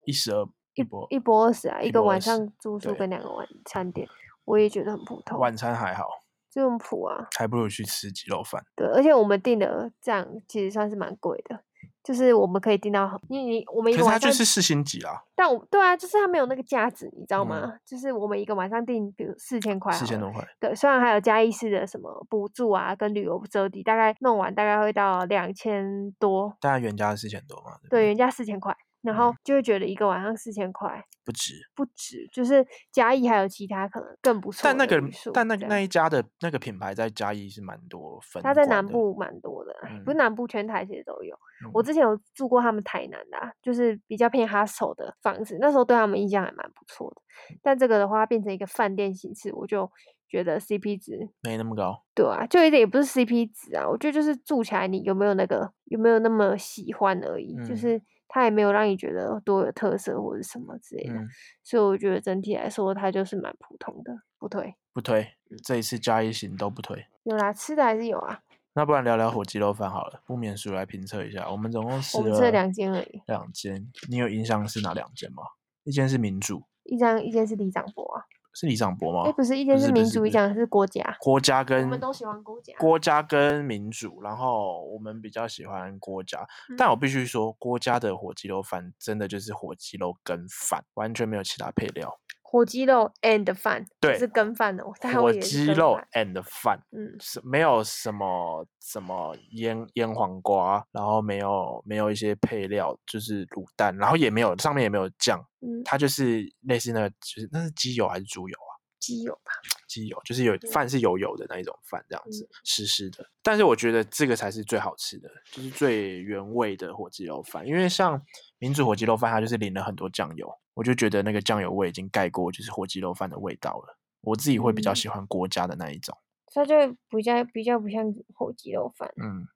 [SPEAKER 1] 一十二一
[SPEAKER 2] 一
[SPEAKER 1] 波
[SPEAKER 2] 一波二十啊，一
[SPEAKER 1] 一
[SPEAKER 2] 个
[SPEAKER 1] 波
[SPEAKER 2] 晚
[SPEAKER 1] 20
[SPEAKER 2] 上住宿
[SPEAKER 1] 对
[SPEAKER 2] 跟两个晚餐点，我也觉得很普通，
[SPEAKER 1] 晚餐还好，
[SPEAKER 2] 就很普啊。
[SPEAKER 1] 还不如去吃鸡肉饭。
[SPEAKER 2] 对，而且我们订的这样其实算是蛮贵的，就是我们可以订到，因为你我
[SPEAKER 1] 可
[SPEAKER 2] 们一
[SPEAKER 1] 是
[SPEAKER 2] 个
[SPEAKER 1] 它
[SPEAKER 2] 晚
[SPEAKER 1] 就
[SPEAKER 2] 上，
[SPEAKER 1] 是四星级啦，
[SPEAKER 2] 但我对啊，就是它没有那个价值，你知道
[SPEAKER 1] 嗯
[SPEAKER 2] 吗？就是我们一个晚上订，比如四千块
[SPEAKER 1] 四
[SPEAKER 2] 好
[SPEAKER 1] 千
[SPEAKER 2] 了，
[SPEAKER 1] 多块。
[SPEAKER 2] 对，虽然还有嘉义市的什么补助啊，跟旅游折抵，大概弄完大概会到两千多，
[SPEAKER 1] 大概原价是四千多嘛，对不
[SPEAKER 2] 对，
[SPEAKER 1] 对？
[SPEAKER 2] 原价四千块，然
[SPEAKER 1] 嗯
[SPEAKER 2] 后就会觉得一个晚上四千块
[SPEAKER 1] 不止。
[SPEAKER 2] 不止，就是嘉义还有其他可能更不错
[SPEAKER 1] 但那
[SPEAKER 2] 的
[SPEAKER 1] 个
[SPEAKER 2] 旅宿，
[SPEAKER 1] 但那个
[SPEAKER 2] 这
[SPEAKER 1] 那
[SPEAKER 2] 样
[SPEAKER 1] 一家的那个品牌在嘉义是蛮多分
[SPEAKER 2] 它
[SPEAKER 1] 馆
[SPEAKER 2] 在
[SPEAKER 1] 的。
[SPEAKER 2] 南部蛮多的啊，不是
[SPEAKER 1] 嗯
[SPEAKER 2] 南部全台其实都有。我
[SPEAKER 1] 嗯
[SPEAKER 2] 之前有住过他们台南的、啊，就是比较偏哈手的房子，那时候对他们印象还蛮不错的。但这个的话变成一个饭店形式，我就觉得 CP 值，
[SPEAKER 1] 没那么高。
[SPEAKER 2] 对啊，就有点也不是 CP 值啊，我觉得就是住起来你有没有那个有没有那么喜欢而已，就
[SPEAKER 1] 嗯
[SPEAKER 2] 是它也没有让你觉得多有特色或者什么之类的，
[SPEAKER 1] 嗯，
[SPEAKER 2] 所以我觉得整体来说它就是蛮普通的，不推。
[SPEAKER 1] 不推，
[SPEAKER 2] 嗯
[SPEAKER 1] 这一次嘉义行都不推。
[SPEAKER 2] 有啦，吃的还是有啊，
[SPEAKER 1] 那不然聊聊火鸡肉饭好了，不免俗来评测一下。我们总共吃
[SPEAKER 2] 我们吃了两间而已，
[SPEAKER 1] 两间，你有印象是哪两间吗？一间是民主，
[SPEAKER 2] 一张一间是李长博啊，
[SPEAKER 1] 是李长博吗？
[SPEAKER 2] 哎、不是一
[SPEAKER 1] 哦不
[SPEAKER 2] 间
[SPEAKER 1] 是
[SPEAKER 2] 是
[SPEAKER 1] 不
[SPEAKER 2] 民
[SPEAKER 1] 是
[SPEAKER 2] 主，
[SPEAKER 1] 不
[SPEAKER 2] 一
[SPEAKER 1] 是
[SPEAKER 2] 间是国家。
[SPEAKER 1] 郭嘉跟
[SPEAKER 2] 我们都喜欢郭嘉
[SPEAKER 1] 郭嘉跟民主，然后我们比较喜欢郭嘉，但我
[SPEAKER 2] 嗯
[SPEAKER 1] 必须说，郭嘉的火鸡肉饭真的就是火鸡肉跟饭，完全没有其他配料。
[SPEAKER 2] 火鸡肉 and 饭，
[SPEAKER 1] 对
[SPEAKER 2] 不是跟饭的，我但我
[SPEAKER 1] 火
[SPEAKER 2] 以为是
[SPEAKER 1] 鸡
[SPEAKER 2] 跟
[SPEAKER 1] 肉
[SPEAKER 2] 饭
[SPEAKER 1] and 饭，
[SPEAKER 2] 嗯，
[SPEAKER 1] 是没有什么什么腌腌黄瓜，然后没有没有一些配料，就是卤蛋，然后也没有上面也没有酱，
[SPEAKER 2] 嗯，
[SPEAKER 1] 它就是类似那个，就是那是鸡油还是猪油啊？
[SPEAKER 2] 鸡肉吧，
[SPEAKER 1] 鸡油，就是有
[SPEAKER 2] 嗯
[SPEAKER 1] 饭是油油的那一种饭，这样子湿湿的。但是我觉得这个才是最好吃的，就是最原味的火鸡肉饭。因为像民主火鸡肉饭，它就是淋了很多酱油，我就觉得那个酱油味已经盖过就是火鸡肉饭的味道了。我自己会比较
[SPEAKER 2] 嗯
[SPEAKER 1] 喜欢郭家的那一种，
[SPEAKER 2] 它就比较比较不像火鸡肉饭。
[SPEAKER 1] 嗯，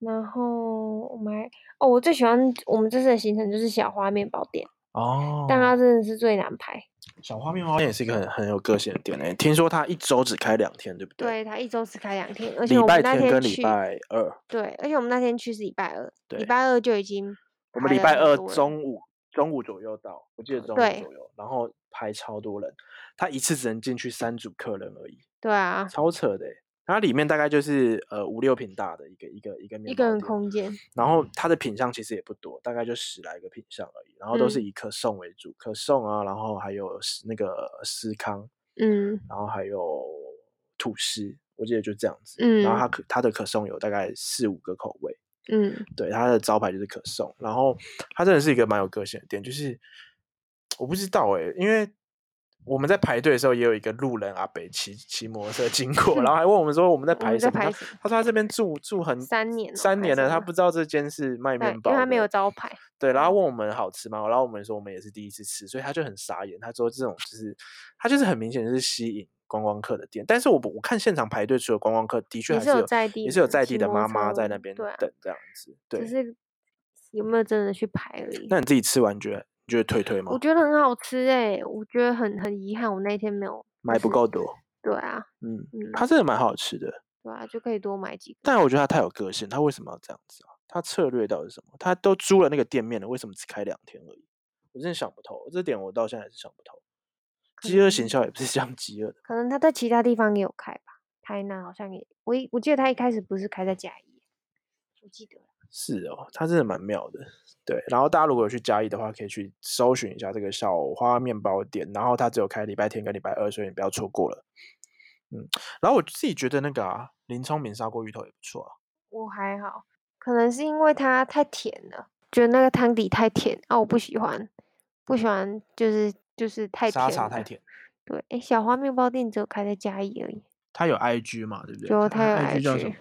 [SPEAKER 2] 然后我们还哦，我最喜欢我们这次的行程就是小花面包店，
[SPEAKER 1] 哦，
[SPEAKER 2] 但它真的是最难排。
[SPEAKER 1] 小花面包店也是一个很很有个性的店诶、听说它一周只开两天，对不？
[SPEAKER 2] 对，它一周只开两天，而且
[SPEAKER 1] 礼
[SPEAKER 2] 我
[SPEAKER 1] 拜
[SPEAKER 2] 们那
[SPEAKER 1] 天跟礼
[SPEAKER 2] 去，
[SPEAKER 1] 拜二，
[SPEAKER 2] 对，而且我们那天去是礼拜二，
[SPEAKER 1] 对
[SPEAKER 2] 礼拜二就已经
[SPEAKER 1] 我们
[SPEAKER 2] 排
[SPEAKER 1] 礼
[SPEAKER 2] 了
[SPEAKER 1] 拜
[SPEAKER 2] 很
[SPEAKER 1] 二
[SPEAKER 2] 多人
[SPEAKER 1] 中午中午左右到，我记得中午
[SPEAKER 2] 对
[SPEAKER 1] 左右，然后排超多人，他一次只能进去三组客人而已，
[SPEAKER 2] 对啊，
[SPEAKER 1] 超扯的欸、它里面大概就是呃五六平大的一个一个一个面
[SPEAKER 2] 一个
[SPEAKER 1] 包
[SPEAKER 2] 人
[SPEAKER 1] 店
[SPEAKER 2] 空嗯间，
[SPEAKER 1] 然后它的品相其实也不多，大概就十来个品相而已，然后都是
[SPEAKER 2] 嗯
[SPEAKER 1] 以可颂为主，可颂啊，然后还有司那个司康，
[SPEAKER 2] 嗯
[SPEAKER 1] 然后还有吐司，我记得就这样子。然后
[SPEAKER 2] 嗯
[SPEAKER 1] 它可它的可颂有大概四五个口味，
[SPEAKER 2] 嗯
[SPEAKER 1] 对，它的招牌就是可颂。然后它真的是一个蛮有个性的店，就是我不知道诶、因为我们在排队的时候也有一个路人阿北骑骑摩托车经过，然后还问我们说我们在
[SPEAKER 2] 我
[SPEAKER 1] 排
[SPEAKER 2] 们
[SPEAKER 1] 什
[SPEAKER 2] 在
[SPEAKER 1] 么？他
[SPEAKER 2] 排什么
[SPEAKER 1] 他说他这边住住很
[SPEAKER 2] 三年哦
[SPEAKER 1] 三
[SPEAKER 2] 还
[SPEAKER 1] 年
[SPEAKER 2] 是
[SPEAKER 1] 了，
[SPEAKER 2] 什
[SPEAKER 1] 他
[SPEAKER 2] 么
[SPEAKER 1] 不知道这间是卖
[SPEAKER 2] 对，
[SPEAKER 1] 面
[SPEAKER 2] 因
[SPEAKER 1] 包
[SPEAKER 2] 为
[SPEAKER 1] 的，
[SPEAKER 2] 它没有招牌，嗯
[SPEAKER 1] 对，然后问我们好吃吗？然后我们说我们也是第一次吃，所以他就很傻眼。他说这种就是他就是很明显就是吸引观光客的店，但是我不我看现场排队，除了观光客，的确
[SPEAKER 2] 也
[SPEAKER 1] 还
[SPEAKER 2] 是
[SPEAKER 1] 是
[SPEAKER 2] 有
[SPEAKER 1] 有
[SPEAKER 2] 在地
[SPEAKER 1] 也是有
[SPEAKER 2] 人
[SPEAKER 1] 在
[SPEAKER 2] 骑
[SPEAKER 1] 地的
[SPEAKER 2] 摩
[SPEAKER 1] 妈
[SPEAKER 2] 托
[SPEAKER 1] 妈在
[SPEAKER 2] 车
[SPEAKER 1] 那边
[SPEAKER 2] 对啊
[SPEAKER 1] 等这样子。
[SPEAKER 2] 只
[SPEAKER 1] 对，
[SPEAKER 2] 是有没有真的去排而已。
[SPEAKER 1] 那你自己吃完觉得你觉得推推吗
[SPEAKER 2] 我？觉得很好吃诶、我觉得很很遗憾，我那一天没有，
[SPEAKER 1] 买不
[SPEAKER 2] 是
[SPEAKER 1] 够多，
[SPEAKER 2] 对啊，
[SPEAKER 1] 嗯，它
[SPEAKER 2] 嗯，
[SPEAKER 1] 真的蛮好吃的，
[SPEAKER 2] 对啊，就可以多买几个。
[SPEAKER 1] 但我觉得它太有个性，它为什么要这样子啊？它策略到底是什么？它都租了那个店面了，为什么只开两天而已？我真的想不透，这点我到现在还是想不透。
[SPEAKER 2] 可
[SPEAKER 1] 饥饿
[SPEAKER 2] 能
[SPEAKER 1] 行销也不是这样 饥饿的，
[SPEAKER 2] 可能他在其他地方也有开吧，台南好像也，我一我记得他一开始不是开在甲乙，我记得了
[SPEAKER 1] 是哦，它真的蛮妙的。对，然后大家如果有去嘉义的话，可以去搜寻一下这个小花面包店，然后它只有开礼拜天跟礼拜二，所以你不要错过了。嗯，然后我自己觉得那个啊，林聪明砂锅鱼头也不错啊。
[SPEAKER 2] 我还好，可能是因为它太甜了，觉得那个汤底太甜啊，我不喜欢，不喜欢就是就是太
[SPEAKER 1] 沙
[SPEAKER 2] 甜
[SPEAKER 1] 茶
[SPEAKER 2] 了。
[SPEAKER 1] 太甜，
[SPEAKER 2] 对，哎、小花面包店只有开在嘉义而已，
[SPEAKER 1] 它有 IG 嘛，对不对？
[SPEAKER 2] 就它有
[SPEAKER 1] IG 叫什么
[SPEAKER 2] IG，？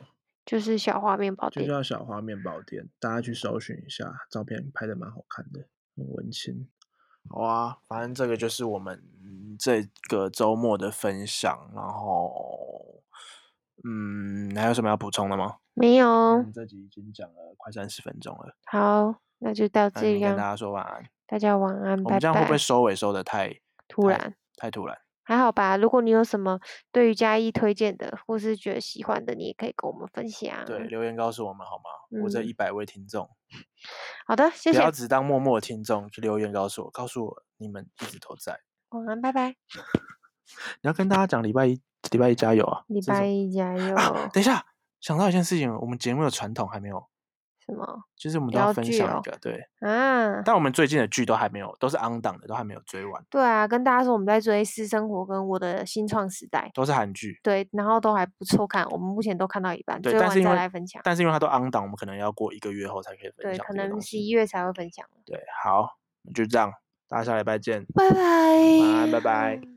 [SPEAKER 2] 就是小花面包
[SPEAKER 1] 就
[SPEAKER 2] 店。
[SPEAKER 1] 叫小花面包店，大家去搜寻一下，照片拍的蛮好看的，很文青。好啊，反正这个就是我们嗯这个周末的分享，然后嗯，还有什么要补充的吗？
[SPEAKER 2] 没有
[SPEAKER 1] 嗯，，这集已经讲了快三十分钟了，
[SPEAKER 2] 好，那就到
[SPEAKER 1] 那
[SPEAKER 2] 这
[SPEAKER 1] 你跟大
[SPEAKER 2] 样，
[SPEAKER 1] 家说晚安。
[SPEAKER 2] 大家晚安，
[SPEAKER 1] 我
[SPEAKER 2] 拜
[SPEAKER 1] 们这样会不会
[SPEAKER 2] 拜。
[SPEAKER 1] 收尾收的太
[SPEAKER 2] 突
[SPEAKER 1] 太
[SPEAKER 2] 然
[SPEAKER 1] 太突然？
[SPEAKER 2] 还好吧，如果你有什么对于嘉义推荐的，或是觉得喜欢的，你也可以跟我们分享。
[SPEAKER 1] 对，留言告诉我们好吗？我这
[SPEAKER 2] 嗯
[SPEAKER 1] 一百位听众，
[SPEAKER 2] 好的，谢
[SPEAKER 1] 不要
[SPEAKER 2] 谢，
[SPEAKER 1] 只当默默的听众，去留言告诉我，告诉我你们一直都在。
[SPEAKER 2] 晚安，拜拜，
[SPEAKER 1] 你要跟大家讲礼拜一，礼拜一加油啊！
[SPEAKER 2] 礼
[SPEAKER 1] 这是什
[SPEAKER 2] 拜
[SPEAKER 1] 么
[SPEAKER 2] 一 加油。
[SPEAKER 1] 啊！等一下，想到一件事情，我们节目有传统还没有，
[SPEAKER 2] 什么啊
[SPEAKER 1] 就是我们都要
[SPEAKER 2] 聊
[SPEAKER 1] 分
[SPEAKER 2] 剧
[SPEAKER 1] 享一
[SPEAKER 2] 哦
[SPEAKER 1] 个对，
[SPEAKER 2] 啊？
[SPEAKER 1] 但我们最近的剧都还没有，都是 on 档的，都还没有追完，
[SPEAKER 2] 对啊，跟大家说我们在追《私生活》跟我的新创时代，
[SPEAKER 1] 都是韩剧。
[SPEAKER 2] 对，然后都还不错看，我们目前都看到一半，
[SPEAKER 1] 对，
[SPEAKER 2] 啊追
[SPEAKER 1] 但
[SPEAKER 2] 完
[SPEAKER 1] 是因
[SPEAKER 2] 再
[SPEAKER 1] 为
[SPEAKER 2] 来分享。
[SPEAKER 1] 但是因为它都 on 档，我们可能要过一个月后才可以分
[SPEAKER 2] 对，
[SPEAKER 1] 享
[SPEAKER 2] 可
[SPEAKER 1] 这个
[SPEAKER 2] 能
[SPEAKER 1] 东
[SPEAKER 2] 十一
[SPEAKER 1] 西。
[SPEAKER 2] 月才会分享，
[SPEAKER 1] 对，好，就这样，大家下礼拜见，
[SPEAKER 2] 拜拜，
[SPEAKER 1] 晚安，拜拜。